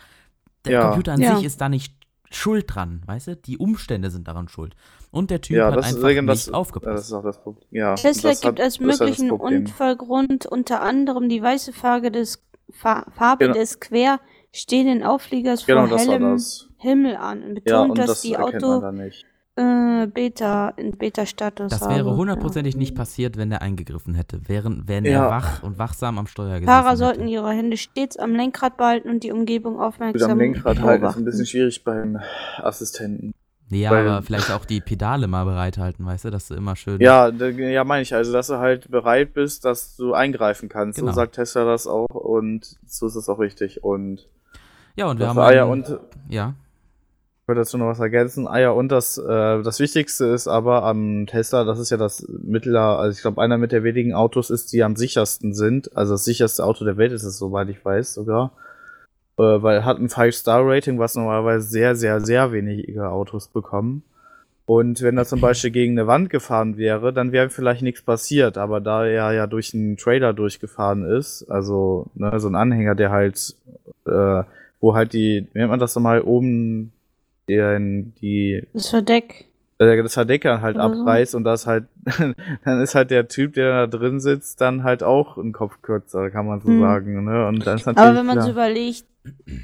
der
Ja.
Computer an
Ja.
sich ist da nicht schuld dran, weißt du? Die Umstände sind daran schuld. Und der Typ
Ja,
hat
das,
einfach
deswegen, das,
nicht
das ist
aufgepasst.
auch das Problem. Ja,
Tesla
das hat-
gibt als
das ist halt das
möglichen
Problem.
Unfallgrund unter anderem die weiße Farbe des, Fa Farbe
Genau.
des quer stehenden Aufliegers
Genau,
vor
das war
hellem
das.
Himmel an und
Ja,
betont,
und
dass
das
die
erkennt
Auto
man dann nicht.
äh, Beta in Beta-Status
Das
habe.
wäre hundertprozentig
Mhm.
nicht passiert, wenn der eingegriffen hätte. Wären, wären
Ja.
er wach und wachsam am Steuer
Ja.
gesessen
Fahrer
hätte.
sollten ihre Hände stets am Lenkrad behalten und die Umgebung
Mit
aufmerksam
am Lenkrad halten ist ein
beobachten.
bisschen schwierig beim Assistenten.
Ja,
Weil-
aber vielleicht auch die Pedale mal bereithalten, weißt du, dass du immer schön.
Ja, da- ja, meine ich, also dass du halt bereit bist, dass du eingreifen kannst.
Genau.
So sagt Tesla das auch und so ist das auch richtig. Und
ja und wir
das
haben.
Eier
einen-
und
ja.
ich würde dazu noch was ergänzen. Eier und das, äh, das Wichtigste ist aber am Tesla, das ist ja das mittler, also ich glaube, einer mit der wenigen Autos ist, die am sichersten sind. Also das sicherste Auto der Welt ist es, soweit ich weiß, sogar. Äh, weil hat ein Five-Star-Rating, was normalerweise sehr, sehr, sehr wenige Autos bekommen. Und wenn da zum Beispiel gegen eine Wand gefahren wäre, dann wäre vielleicht nichts passiert. Aber da er ja durch einen Trailer durchgefahren ist, also ne, so ein Anhänger, der halt, äh, wo halt die, wie nennt man das nochmal, oben den, die,
Das Verdeck.
äh, das Verdeck dann halt
Oder so.
abreißt und das halt, dann ist halt der Typ, der da drin sitzt, dann halt auch ein Kopf kürzer, kann man so
Hm.
sagen. Ne? Und dann ist natürlich
Aber wenn man
klar.
so überlegt,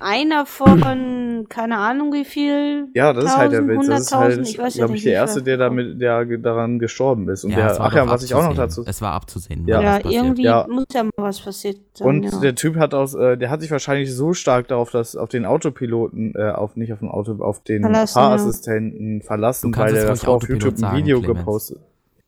einer von keine Ahnung wie viel.
Ja, das ist halt der
Tausend,
Witz. Das ist
hunderttausend,
halt,
ich weiß ja
glaube
nicht,
ich, der
wie
Erste,
viel.
der, damit, der ge- daran gestorben ist. Und
es
der,
war
ach ja,
doch
was ich auch noch
abzusehen.
dazu.
Es war abzusehen.
Ja.
wann
Ja,
das passiert.
irgendwie
Ja.
muss ja mal was passiert sein.
Und
ja.
der Typ hat aus, äh, der hat sich wahrscheinlich so stark darauf, dass auf den Autopiloten, äh, auf nicht auf den Auto, auf den
Verlassen, ja.
Fahrassistenten verlassen,
Du kannst
weil
es
er
ruhig
davor auf
Autopilot
YouTube ein
sagen,
Video
Clemens.
gepostet.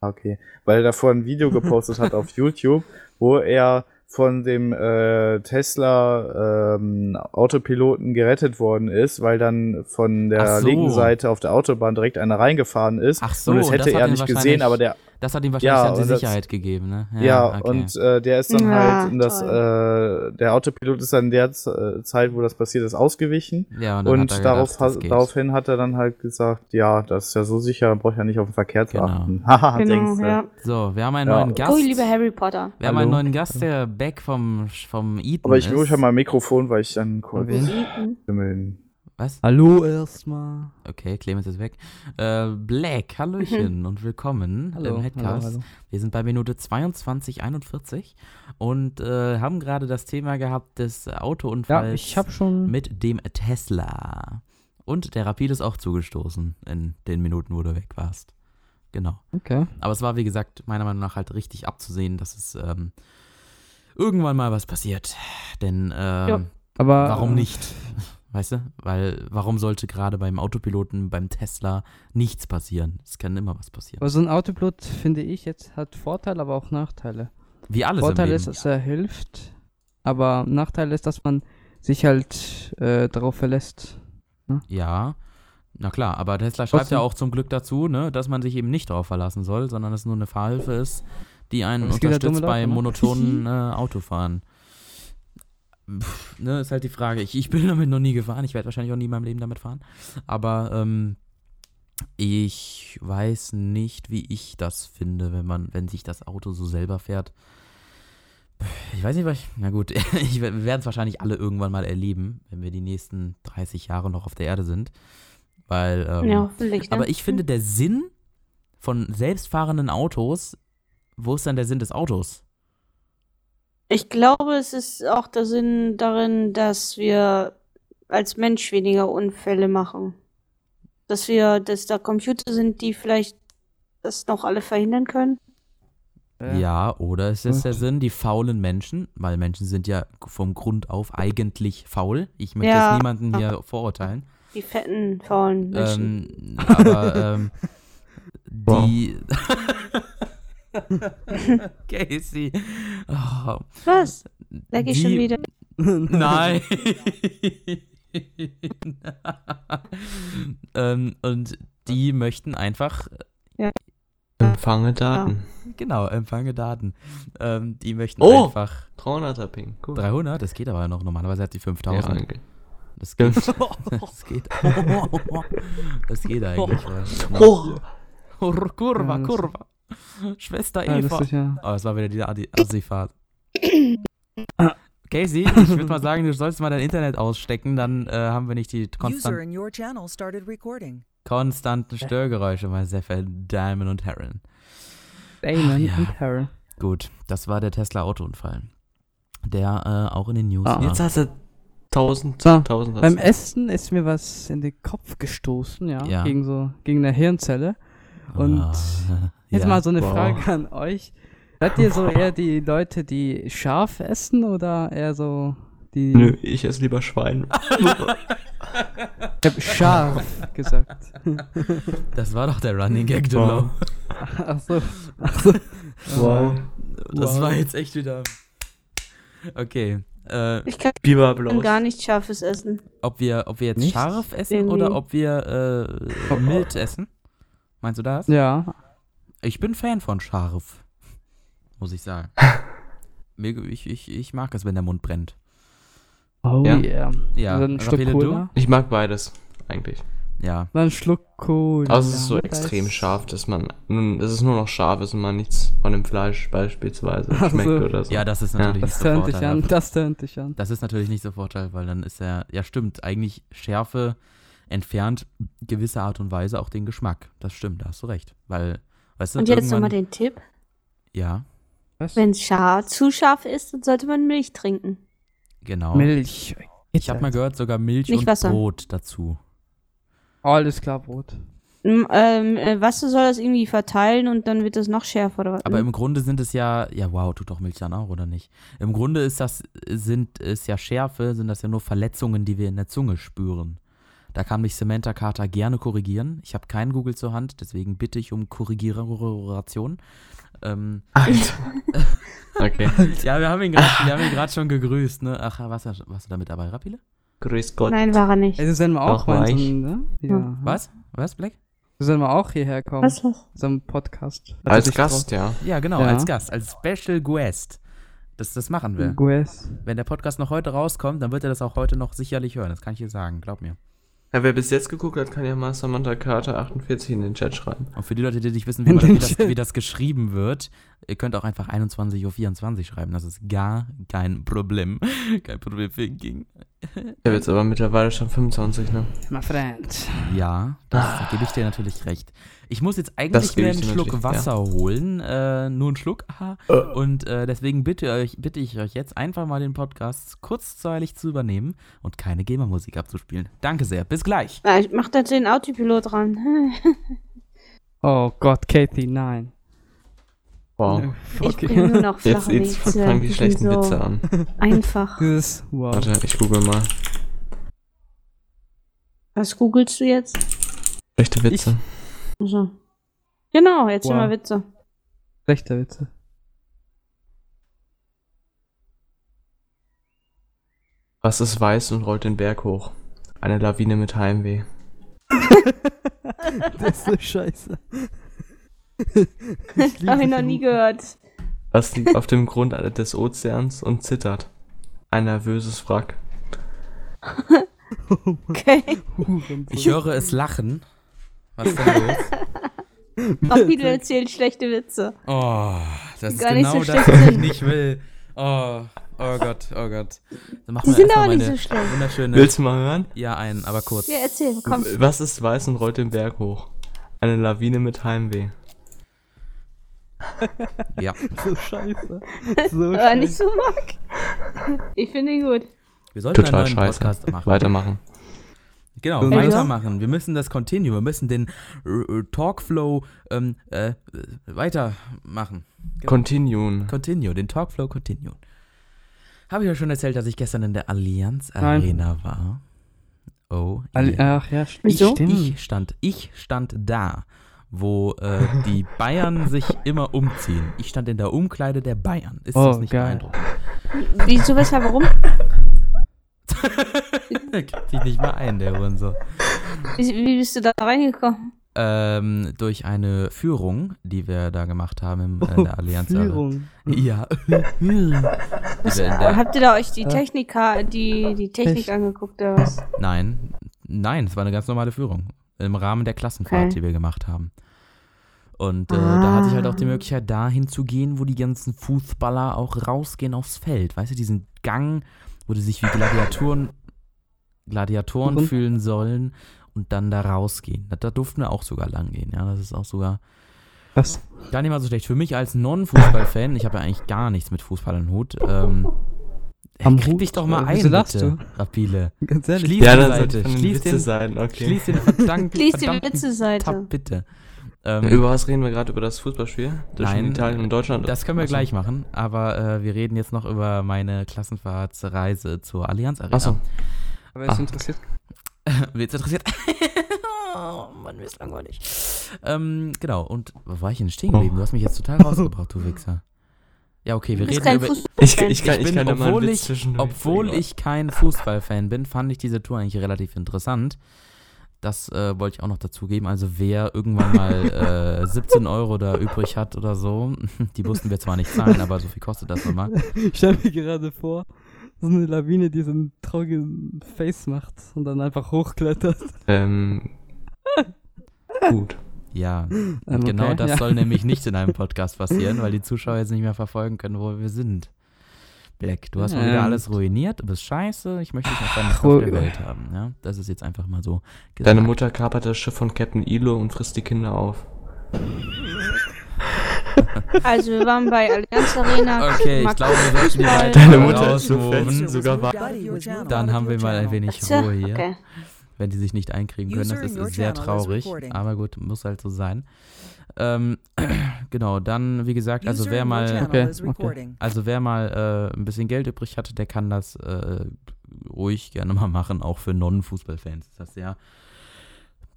Ja, Okay, weil er davor ein Video gepostet hat auf YouTube, wo er von dem äh, Tesla ähm, Autopiloten gerettet worden ist, weil dann von
Ach
der
so.
linken Seite auf der Autobahn direkt einer reingefahren ist.
Ach so,
und das
und das
hätte
hat
er
ihn
nicht
wahrscheinlich-
gesehen, aber der
Das hat ihm wahrscheinlich
Ja,
dann
und
die
das-
Sicherheit gegeben, ne?
ja,
okay.
und äh, der ist dann
Ja,
halt in das,
toll.
äh, der Autopilot ist dann in der Z- äh, Zeit, wo das passiert ist, ausgewichen.
Ja, und, dann
Und
hat er
darauf,
gedacht, das
ha-
geht.
daraufhin hat er dann halt gesagt, ja, das ist ja so sicher, dann brauche ich ja nicht auf den Verkehr zu
Genau.
achten. Haha, denkst
genau,
du.
ja.
So, wir haben einen
Ja.
neuen Gast.
Oh, lieber Harry Potter.
wir haben einen
Hallo.
neuen Gast, der back vom, vom Eaton
Aber ich
ist.
nehme ja mal Mikrofon, weil ich dann kurz
Okay.
Mhm.
stimmeln.
Was?
Hallo erstmal.
Okay, Clemens ist weg. Äh, Black, Hallöchen und willkommen im Headcast. Wir sind bei Minute 22,41 und äh, haben gerade das Thema gehabt des Autounfalls
Ja, ich habe schon.
mit dem Tesla. Und der Rapid ist auch zugestoßen in den Minuten, wo du weg warst. Genau.
Okay.
Aber es war, wie gesagt, meiner Meinung nach halt richtig abzusehen, dass es ähm, irgendwann mal was passiert. Denn ähm,
Ja. Aber ähm,
warum nicht? Weißt du? Weil warum sollte gerade beim Autopiloten, beim Tesla nichts passieren? Es kann immer was passieren.
Aber so ein Autopilot finde ich jetzt hat Vorteile, aber auch Nachteile.
Wie alles
Vorteil
im Leben.
ist, dass er hilft, aber Nachteil ist, dass man sich halt äh, darauf verlässt.
Ja, na klar, aber Tesla schreibt
Trotzdem-
ja auch zum Glück dazu, ne, dass man sich eben nicht darauf verlassen soll, sondern dass es nur eine Fahrhilfe ist, die einen
Aber es gibt ja
unterstützt
dumme
bei
Leute, ne?
monotonen äh, Autofahren. Pff, ne, ist halt die Frage. Ich, ich bin damit noch nie gefahren, ich werde wahrscheinlich auch nie in meinem Leben damit fahren. Aber ähm, ich weiß nicht, wie ich das finde, wenn man, wenn sich das Auto so selber fährt. Ich weiß nicht, was ich. Na gut, ich, wir werden es wahrscheinlich alle irgendwann mal erleben, wenn wir die nächsten 30 Jahre noch auf der Erde sind. Weil. Ähm,
Ja, hoffentlich. Ne?
Aber ich finde, der Sinn von selbstfahrenden Autos, wo ist dann der Sinn des Autos?
Ich glaube, es ist auch der Sinn darin, dass wir als Mensch weniger Unfälle machen. Dass wir, dass da Computer sind, die vielleicht das noch alle verhindern können.
Ja, oder ist es der Sinn, die faulen Menschen, weil Menschen sind ja vom Grund auf eigentlich faul. Ich möchte
Ja.
jetzt niemanden hier vorurteilen.
Die fetten, faulen Menschen.
Ähm, aber ähm, die. Casey. Oh,
Was? Sag ich schon
die-
wieder.
Nein. ähm, und die möchten einfach,
Empfange Daten.
genau, empfange Daten. Ähm, die möchten
Oh.
einfach
300er Ping. Gut.
300, das geht aber noch. Normalerweise hat sie
Ja,
5000.
eigentlich.
das geht. Das geht. Oh, das geht eigentlich. ja. Oh, Kurva,
Ja, das-
Kurva. Schwester
Ja,
Eva.
das ist ja.
Oh, es war wieder diese Adi- Assi-Fahrt. Casey, ich würde mal sagen, du sollst mal dein Internet ausstecken, dann äh, haben wir nicht die
User
konstant,
in your channel started recording.
konstanten Störgeräusche, meine sehr verehrten Damen und Herren.
Damon
Ja.
und Harry.
Gut, das war der Tesla-Autounfall, der äh, auch in den News
Ah.
war.
Jetzt hast du 1000.
So,
1000
beim Essen ist mir was in den Kopf gestoßen, ja,
Ja.
gegen so gegen eine Hirnzelle. Und
Ah,
jetzt
ja.
mal so eine
Wow.
Frage an euch. Seid ihr so eher die Leute, die scharf essen oder eher so die
Nö, ich esse lieber Schwein.
Ich hab scharf gesagt.
Das war doch der Running Gag, Dillo.
Ach so.
Wow.
Das
Wow.
war jetzt echt wieder. Okay. Äh,
Ich kann
Biber Applaus.
gar nicht scharfes essen.
ob, wir, ob wir jetzt
Nicht?
scharf essen
Irgendwie.
oder ob wir äh, mild essen? Meinst du das?
Ja.
Ich bin Fan von scharf. Muss ich sagen. Mir, ge- ich, ich, ich mag es, wenn der Mund brennt.
Oh
Ja.
yeah.
Ja,
Dann ein Stück
Raffaele,
Cola.
Ich mag beides, eigentlich.
Ja,
Dann ein Schluck Cola.
Außer es ist so
Da
extrem
ist-
scharf, dass man, nun, dass es nur noch scharf ist und man nichts von dem Fleisch beispielsweise
Ach
schmeckt
so.
oder so.
ja, das ist natürlich
Das
nicht so
tönt dich
vorteilhaft.
an, das tönt dich an.
Das ist natürlich nicht so Vorteil, weil dann ist er, ja stimmt, eigentlich Schärfe entfernt gewisser Art und Weise auch den Geschmack. Das stimmt, da hast du recht. Weil, weißt du,
Und jetzt
irgendwann,
nochmal den Tipp.
Ja,
Was?
Genau.
Wenn es zu scharf ist, dann sollte man Milch trinken.
genau.
Milch.
ich habe mal gehört, sogar Milch
Nicht
und
Wasser.
Brot dazu.
Alles klar, Brot.
M- Ähm, äh, Wasser soll das irgendwie verteilen und dann wird das noch schärfer oder was?
Aber im Grunde sind es ja, ja wow, tut doch Milch dann auch, oder nicht? Im Grunde ist das, sind es ja Schärfe, sind das ja nur Verletzungen, die wir in der Zunge spüren. Da kann mich Samantha Carter gerne korrigieren. Ich habe keinen Google zur Hand, deswegen bitte ich um Korrigieration. Ähm,
Alter. okay.
Ja, wir haben ihn grad- wir haben ihn gerade schon gegrüßt, ne? Mhm. Ach, warst du, warst du da mit dabei, Rapile?
Grüß Gott.
Nein, war er nicht.
Ey, sollen wir auch
Auch
mal in so
weich.
einen, ne? Ja.
Was? Was, Black?
Sollen wir auch hierher kommen?
Was? was?
So einem Podcast. Hat er
Als
sich
Gast, ja.
Ja, genau,
Ja.
als Gast, als Special Guest. Das, das machen wir.
drauf- Guess.
Wenn der Podcast noch heute rauskommt, dann wird er das auch heute noch sicherlich hören. Das kann ich dir sagen, glaub mir.
ja. Wer bis jetzt geguckt hat, kann ja mal Samantha Carter 48 in den Chat schreiben.
Und für die Leute, die nicht wissen, wie, man, wie, das, wie das geschrieben wird, ihr könnt auch einfach 21.24 Uhr schreiben. Das ist gar kein Problem. Kein Problem thinking.
Ich habe jetzt aber mittlerweile schon 25, ne?
My friend.
Ja, das da gebe ich dir natürlich recht. Ich muss jetzt
Ah. Das
eigentlich
gebe
mir
ich
einen
dir
Schluck
natürlich,
Wasser holen. Äh, nur einen Schluck. Aha. Und äh, deswegen bitte, euch, bitte ich euch jetzt einfach mal den Podcast kurzzeitig zu übernehmen und keine GEMA-Musik abzuspielen. Danke sehr. Bis gleich.
Na, Ah, ich mach da den Autopilot ran.
Oh Gott, Kathy, nein. Oh,
Wow.
Ich bringe nur noch
Jetzt,
flache
jetzt
Witze.
fangen die schlechten
so
Witze an.
Einfach.
Dieses, wow.
Warte, ich google mal.
Was googelst du jetzt?
Schlechte Witze.
Also. Genau, jetzt
Wow.
schon mal Witze.
Schlechte Witze.
Was ist weiß und rollt den Berg hoch? Eine Lawine mit Heimweh.
Das ist so scheiße.
Hab ich noch nie gehört.
Was liegt auf dem Grund des Ozeans und zittert? Ein nervöses Wrack.
Okay.
Ich höre es lachen. Was ist denn los?
Auch viele erzählen schlechte Witze.
Oh, das ist
Gar nicht
genau
so
das,
schlecht
was ich
sind.
nicht will. Oh, oh Gott, oh Gott. Dann machen
Die
wir
sind
erstmal
aber nicht
meine
so schlecht.
Wunderschöne.
Willst du mal hören?
Ja, einen, aber kurz.
Ja, erzähl, komm.
Was ist weiß und rollt den Berg hoch? Eine Lawine mit Heimweh.
Ja.
So scheiße. So
Aber
scheiße.
Äh, nicht so mag. Ich finde ihn gut.
Wir sollten einen
Total
neuen
scheiße.
Podcast machen.
Weitermachen.
Genau,
Ja.
weitermachen. Wir müssen das Continue, wir müssen den äh, äh, Talkflow ähm, äh, äh, weitermachen.
Continuen.
Continue, den Talkflow Continue. Habe ich ja schon erzählt, dass ich gestern in der Allianz
Nein.
Arena war. Oh,
Alle-
yeah.
äh,
Ach ja, st-
Wieso?
stimmt.
ich stand, ich stand da, wo äh, die Bayern sich immer umziehen. Ich stand in der Umkleide der Bayern. Ist das
Oh,
nicht
geil.
beeindruckend?
Wieso, weshalb, warum?
Kriegt dich nicht mal ein, der Hurensohn.
Wie, wie bist du da reingekommen?
Ähm, durch eine Führung, die wir da gemacht haben im, äh, in der Allianz. Arena.
Führung.
Ja. die wir in der,
Habt ihr da euch die Techniker, die, die Technik
Echt?
angeguckt oder was?
nein, nein, es war eine ganz normale Führung. Im Rahmen der Klassenfahrt,
Okay.
die wir gemacht haben. Und äh, da hatte ich halt auch die
Ah.
Möglichkeit, dahin zu gehen, wo die ganzen Fußballer auch rausgehen aufs Feld. Weißt du, diesen Gang, wo die sich wie Gladiatoren, Gladiatoren
Mhm.
fühlen sollen und dann da rausgehen. Da, da durften wir auch sogar lang gehen. Ja, das ist auch sogar
Was?
Gar nicht mal so schlecht. Für mich als Non-Fußball-Fan, ich habe ja eigentlich gar nichts mit Fußball im Hut. Ähm,
Am
krieg
Hut?
dich doch mal
Äh,
ein,
wieso lachst
bitte, Rapile.
Ganz ehrlich.
Schließ
Ja,
die
dann sollte
Seite.
von den
Schließ
Witze
den,
sein, okay.
schließ den verdammten,
Schließ die
verdammten Tab,
Witze-Seite.
bitte. Ähm,
Über was reden wir gerade? Über das Fußballspiel? Zwischen
Nein,
Italien und Deutschland?
das können wir
Achso.
gleich machen, aber äh, wir reden jetzt noch über meine Klassenfahrtsreise zur Allianz Arena.
Achso.
Aber es
Ah.
interessiert.
Wird's interessiert? oh, Mann, mir ist langweilig. Ähm, genau, und wo war ich denn stehen geblieben? Du hast mich jetzt total rausgebracht, du Wichser. Ja, okay, wir
Du bist
reden
kein
über.
Fußball.
Ich, ich kann,
Ich
ich
bin,
kann ja mal einen
obwohl
Witz
ich-
zwischendurch
Obwohl
bringen.
ich kein Fußballfan bin, fand ich diese Tour eigentlich relativ interessant. Das äh, wollte ich auch noch dazugeben. Also wer irgendwann mal äh, 17 Euro da übrig hat oder so, die mussten wir zwar nicht zahlen, aber so viel kostet das nochmal.
Ich stelle mir gerade vor, so eine Lawine, die so einen traurigen Face macht und dann einfach hochklettert.
Ähm, gut.
Ja, und
Ähm,
genau
okay,
das
ja.
soll nämlich nicht in einem Podcast passieren, weil die Zuschauer jetzt nicht mehr verfolgen können, wo wir sind. Black, du hast mal wieder
Ähm.
alles ruiniert, du bist scheiße, ich möchte dich auf deinem
Ach,
Kopf der
Ruhe.
Welt haben. Ja? Das ist jetzt einfach mal so gesagt.
Deine Mutter kapert das Schiff von Captain Ilo und frisst die Kinder auf.
Also wir waren bei Allianz Arena.
Okay, ich
Max
glaube, wir sollten hier
Fußball.
weiter
Deine Mutter ist so
rausmoven.
fett. Sogar
moved
war-
out of your channel.
Dann haben wir mal ein wenig
Tja,
Ruhe hier,
Okay.
wenn die sich nicht einkriegen können. Das
User in your
ist sehr
channel is
traurig,
recording.
aber gut, muss halt so sein. Ähm, genau, dann, wie gesagt, also
User
wer
in your
mal
channel
Okay,
is
okay.
recording.
Also wer mal äh, ein bisschen Geld übrig hat, der kann das äh, ruhig gerne mal machen, auch für Non-Fußballfans. Ist das sehr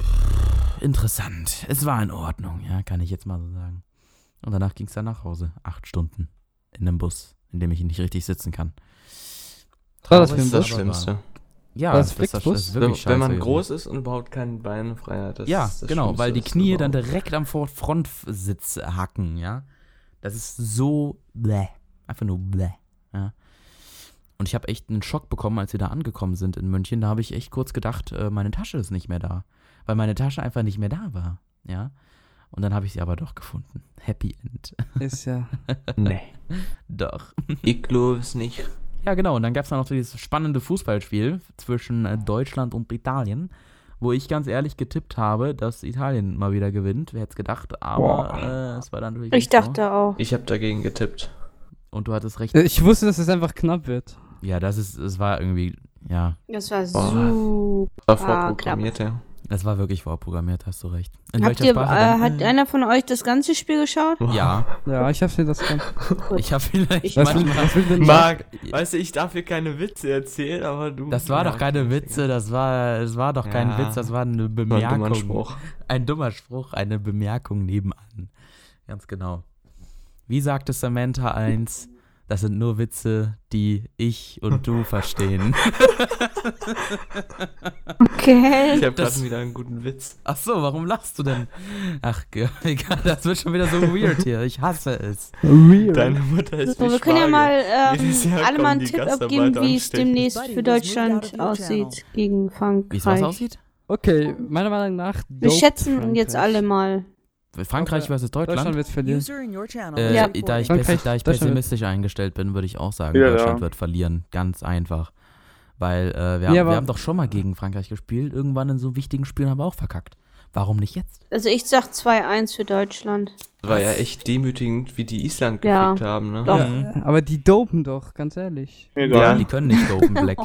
pff, interessant. Es war in Ordnung, ja, kann ich jetzt mal so sagen. Und danach ging es dann nach Hause. Acht Stunden in einem Bus, in dem ich nicht richtig sitzen kann.
War das für
Das
ein
ist das
Bus?
aber
Schlimmste.
Ja,
War das
das, das
Flixbus?
ist
Wenn,
wirklich
wenn man
scheiße
groß ist und überhaupt keine Beinfreiheit hat. Das
ja,
ist das
genau,
Schlimmste,
weil die
was
Knie dann
überhaupt-
direkt am Vor- Frontsitz hacken, ja. Das ist so bläh. Einfach nur bläh, ja. Und ich habe echt einen Schock bekommen, als wir da angekommen sind in München. Da habe ich echt kurz gedacht, äh, meine Tasche ist nicht mehr da. Weil meine Tasche einfach nicht mehr da war, ja. Und dann habe ich sie aber doch gefunden. Happy End.
Ist ja.
Nee.
Doch.
Ich glaube es nicht.
Ja, genau. Und dann gab es noch dieses spannende Fußballspiel zwischen äh, Deutschland und Italien, wo ich ganz ehrlich getippt habe, dass Italien mal wieder gewinnt. Wer hätte es gedacht? Aber äh, es war dann natürlich.
Ich
nicht so.
dachte auch.
Ich habe dagegen getippt.
Und du hattest recht.
Äh, Ich wusste, dass es einfach knapp wird.
Ja, das ist. Es war irgendwie. Ja,
Das war
Boah.
super.
War
knapp.
vorprogrammiert, ja.
das war wirklich vorprogrammiert, hast du recht. In
Habt
welcher
ihr, äh,
Sprache? denn?
hat einer von euch das ganze Spiel geschaut?
ja,
Ja, ich hab's dir das ganz.
ich habe vielleicht
Ich-
Was, will-
manchmal.
was will denn
Marc, weißt du, ich darf hier keine Witze erzählen, aber du.
Das war doch keine Witze, das war, es war doch kein
Ja.
Witz, das war eine
War ein
Bemerkung.
dummer Spruch.
Ein dummer Spruch, eine Bemerkung nebenan. Ganz genau. Wie sagte Samantha eins, das sind nur Witze, die ich und du verstehen.
Ich
Okay.
habe
Das-
gerade wieder einen guten Witz.
Ach so, warum lachst du denn? Ach, ge- egal, das wird schon wieder so weird hier. Ich hasse es.
Deine Mutter ist
So,
wie
wir können ja
Spargel.
mal
Jedes
ähm,
Jahr
alle mal
kommen
einen
die
Tipp
Gastarbeiter
abgeben, wie es
anstechen.
demnächst für Deutschland aussieht
Wie
gegen
es was
Frankreich.
aussieht?
Okay, meiner Meinung nach.
Wir
doped
schätzen jetzt
Frankreich.
alle mal.
Frankreich versus
Deutschland
Deutschland?
wird verlieren.
User in your channel
Äh,
is
Ja.
Da ich,
recording.
Frankreich,
pessi- da ich
Deutschland wird-
pessimistisch eingestellt bin, würde ich auch sagen,
Ja,
Deutschland
ja.
wird verlieren. Ganz einfach. Weil äh, wir, haben,
Ja,
wir
aber-
haben doch schon mal gegen Frankreich gespielt. Irgendwann in so wichtigen Spielen haben wir auch verkackt. Warum nicht jetzt?
Also ich sag 2-1 für Deutschland.
War ja echt demütigend, wie die Island
Ja.
gekriegt haben, ne?
Doch.
Mhm.
Aber die dopen doch, ganz ehrlich.
Mir
Ja,
egal.
die können nicht dopen, Black.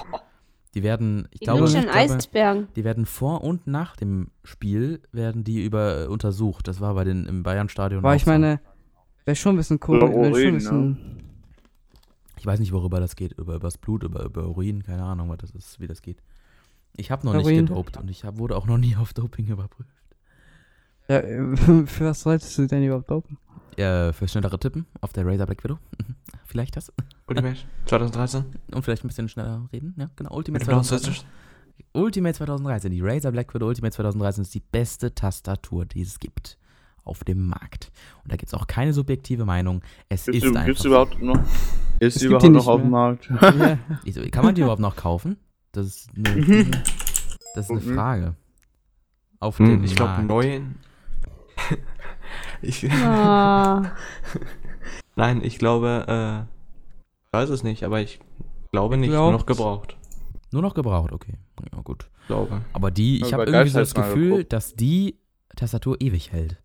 Die werden, ich
Die
glaube, ich
München
glaube
Eisbergen.
die werden vor und nach dem Spiel werden die über äh, untersucht. Das war bei den im Bayernstadion.
War
auch
ich
so.
meine, wäre schon ein bisschen komisch.
Über
Wär schon
Urin,
ein bisschen.
ich weiß nicht, worüber das geht, über übers Blut, über über Urin, keine Ahnung, was das ist, wie das geht. Ich habe noch
Urin.
nicht gedopt und ich hab, wurde auch noch nie auf Doping überprüft.
Ja, äh, für was solltest du denn überhaupt dopen?
Äh, für schnellere Tippen auf der Razer Black Widow. vielleicht das
Ultimate 2013.
und vielleicht ein bisschen schneller reden. Ja, genau. Ultimate
Mit
2013. Ultimate 2013. Die Razer Black Widow Ultimate 2013 ist die beste Tastatur, die es gibt auf dem Markt. Und da gibt es auch keine subjektive Meinung. Es
Gibt's,
ist
üb-
einfach.
gibt's
so.
überhaupt noch, ist
Es
die
gibt
überhaupt
die
noch
nicht
auf dem
mehr.
Markt?
ja.
Wieso, kann man die überhaupt noch kaufen? Das ist eine, das ist eine
Mhm.
Frage. Auf
Hm,
dem
ich glaube,
Markt.
neun. ich,
Ah,
Nein, ich glaube, äh, ich weiß es nicht, aber ich glaube nicht. Nur
glaub-
noch gebraucht.
Nur noch gebraucht, okay. Ja, gut.
Glaube.
Aber die, ich
Also
habe
bei
irgendwie so
Geizhals
das
mal
Gefühl,
geguckt.
dass die Tastatur ewig hält.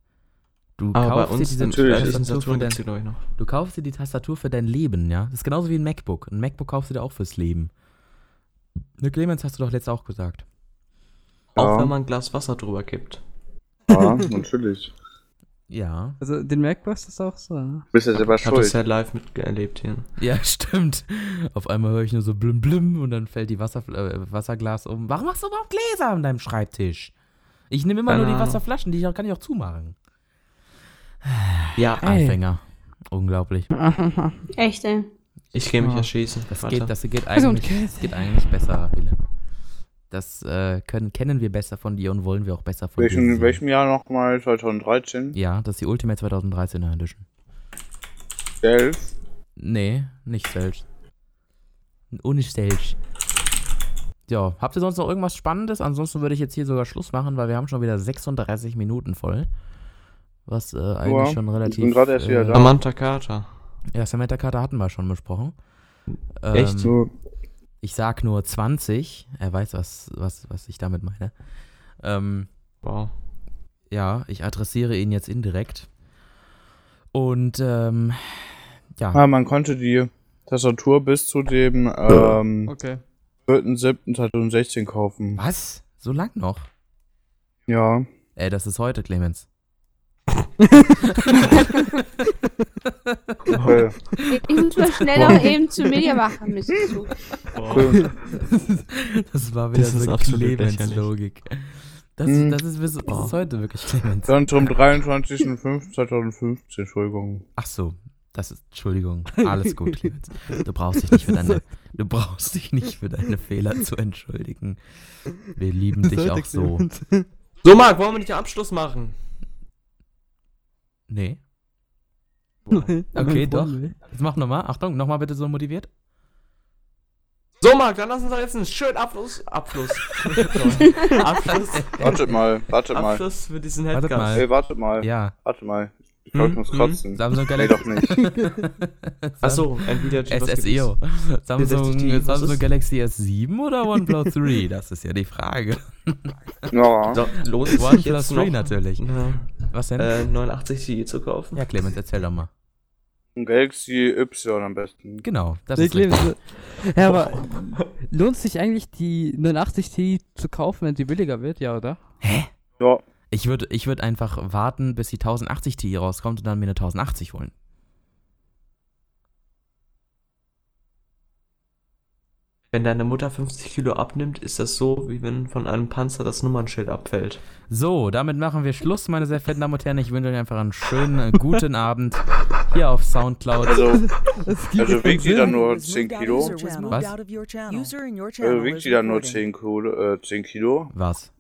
Du
Aber bei
kaufst, dir
uns
diese
natürlich,
natürlich
das
ist ein
Tastatur für dein,
Saturn gibt's die, glaube ich, noch.
du kaufst dir die Tastatur für dein Leben, ja? Das ist genauso wie ein MacBook. Ein MacBook kaufst du dir auch fürs Leben. Ne, Clemens, hast du doch letztes auch gesagt.
Ja.
Auch wenn man ein Glas Wasser drüber kippt.
Ja, natürlich.
Ja.
Also den Macboss ist auch so. Ne?
Bist ja selber
Ich habe das
schuld.
ja live miterlebt hier.
Ja, stimmt. Auf einmal höre ich nur so blim blim und dann fällt die Wasser, äh, Wasserglas um. Warum machst du überhaupt Gläser an deinem Schreibtisch? Ich nehme immer
Keine
nur die
Ahnung.
Wasserflaschen, die ich auch, kann ich auch zumachen.
Ja,
Ey.
Anfänger. Unglaublich.
Echt, ey.
ich gehe mich
Ja.
erschießen.
Das
Warte.
geht, das geht
Also,
eigentlich,
okay.
das geht eigentlich besser, Wille. Das äh, können, kennen wir besser von dir und wollen wir auch besser von dir.
Welchen, in
sehen.
welchem Jahr nochmal? 2013?
Ja, das ist die Ultimate 2013er Edition.
Selbst?
Mhm. Nee, nicht selbst. Und nicht selbst. Ja, habt ihr sonst noch irgendwas Spannendes? Ansonsten würde ich jetzt hier sogar Schluss machen, weil wir haben schon wieder 36 Minuten voll. Was äh, eigentlich
Ja,
schon relativ.
bin grad erst wieder
äh,
da.
Samantha Carter.
Ja, Samantha Carter hatten wir schon besprochen.
Echt?
Ähm, Ich sag nur 20. Er weiß, was, was, was ich damit meine. Ähm,
Wow.
ja, ich adressiere ihn jetzt indirekt. Und ähm, ja.
Ah, man konnte die Tastatur bis zu dem ähm,
Okay.
4.7.2016 kaufen.
Was? So lang noch?
Ja.
Ey, das ist heute, Clemens.
Cool.
Ich muss mal schnell noch eben zu Media machen müssen. So.
cool.
Das war wieder
Das ist
so
absolut
Clemens-Logik. Das,
Hm.
das, ist, bis- das ist heute wirklich Clemens.
Dann zum 23.05.2015, Entschuldigung.
Ach so, das ist, Entschuldigung, alles gut, Clemens. Du brauchst dich nicht für deine, du brauchst dich nicht für deine Fehler zu entschuldigen. Wir lieben dich auch so.
So, Marc, wollen wir nicht den Abschluss machen?
Nee,
okay,
Okay, doch. jetzt mach nochmal, Achtung, nochmal bitte so motiviert.
So, Marc, dann lass uns doch jetzt einen schönen Abschluss. Abschluss. Abschluss.
Wartet mal, wartet mal.
Abschluss für diesen
Wartet
Headcast.
mal.
Ey, wartet mal.
Ja,
Warte mal. Ich glaube, ich
Hm?
muss
Hm?
kotzen.
Samsung
Nee,
Galaxy.
doch nicht.
Achso, entweder
SSEO. E Samsung,
64, was
Samsung
ist?
Galaxy S7 oder OnePlus 3? Das ist ja die Frage.
Ja.
So, lohnt es sich
OnePlus
jetzt
3
noch,
natürlich.
ja,
Was denn?
äh, 89 Ti zu kaufen?
ja, Clemens, erzähl doch mal.
Ein Galaxy Y am besten.
Genau, das
Nee,
ist richtig.
Clemens, ja, aber lohnt sich eigentlich die 89 Ti zu kaufen, wenn die billiger wird? Ja, oder?
Ja.
Ich würde ich würd einfach warten, bis die 1080 Ti rauskommt und dann mir eine 1080 holen.
Wenn deine Mutter 50 Kilo abnimmt, ist das so, wie wenn von einem Panzer das Nummernschild abfällt.
So, damit machen wir Schluss, meine sehr verehrten Damen und Herren. Ich wünsche euch einfach einen schönen äh, guten Abend hier auf Soundcloud.
Also,
Es
also wiegt die dann nur
User was
10
moved out-
Kilo?
User was moved
Was?
out of your channel. User in your channel
Also wiegt
is
die dann nur 10
recording.
Kilo, äh, 10 Kilo
Was?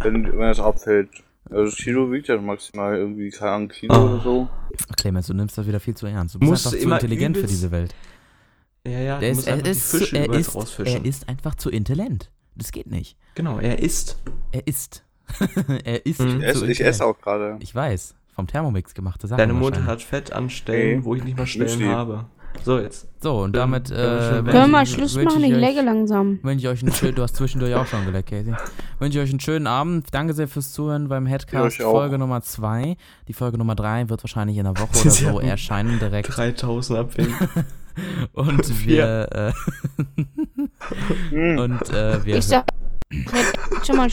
wenn, wenn das abfällt. Also das Kilo wiegt ja maximal irgendwie, keine Ahnung, Kilo
Ah.
oder so.
Ach, Clemens, du nimmst das wieder viel zu ernst. Du bist
Musst
einfach zu
immer
intelligent für
übelst-
diese Welt.
Ja, ja, du
Er ist,
musst
er,
einfach
ist, zu-
die Fische
er,
überall
ist,
rausfischen.
er ist einfach zu intelligent. Das geht nicht.
genau, er ist.
Er ist. er ist.
Mhm.
zu
Ich esse, ich esse auch gerade.
Ich weiß. Vom Thermomix gemachte Sachen.
Deine Mutter
wahrscheinlich.
hat Fett an Stellen,
Ey,
wo ich nicht mal Stellen
Müsli.
habe. So, jetzt.
So, und damit.
Ähm,
Äh, wünsche
Können
ja, schön.
wir mal
ich-
Schluss
wünsche
machen?
ich
Ich
euch-
läge langsam.
Wünsche ich euch einen schönen, du hast zwischendurch auch schon geleckt, Casey. Wünsche ich euch einen schönen Abend. Danke sehr fürs Zuhören beim Headcast
Ja, euch auch.
Folge Nummer 2. Die Folge Nummer 3 wird wahrscheinlich in einer Woche
Sie
oder so
haben
erscheinen direkt.
3000 abwinken.
Und wir, äh,
Hm.
und, äh, wir,
Ich sag, ich hätte schon mal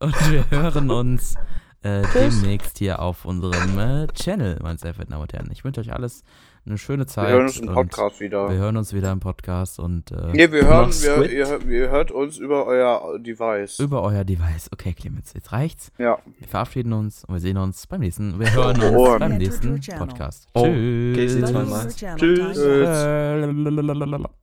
und wir hören uns äh, demnächst hier auf unserem äh, Channel, meine sehr verehrten Damen und Herren. Ich wünsche euch alles eine schöne Zeit.
Wir hören uns im
und
Podcast
Wir
wieder.
hören uns wieder im Podcast und äh,
Ne, wir hören,
Mach's
wir,
gut.
ihr, hört- ihr hört uns über euer Device.
über euer Device. Okay, Clemens, jetzt reicht's.
Ja.
Wir verabschieden uns und wir sehen uns beim nächsten. Wir hören uns
Oh.
beim nächsten Podcast.
Oh,
Tschüss.
Casey
User in
zweimal.
your channel. Time's
Tschüss.
up.
Äh,
Äh, lalalala.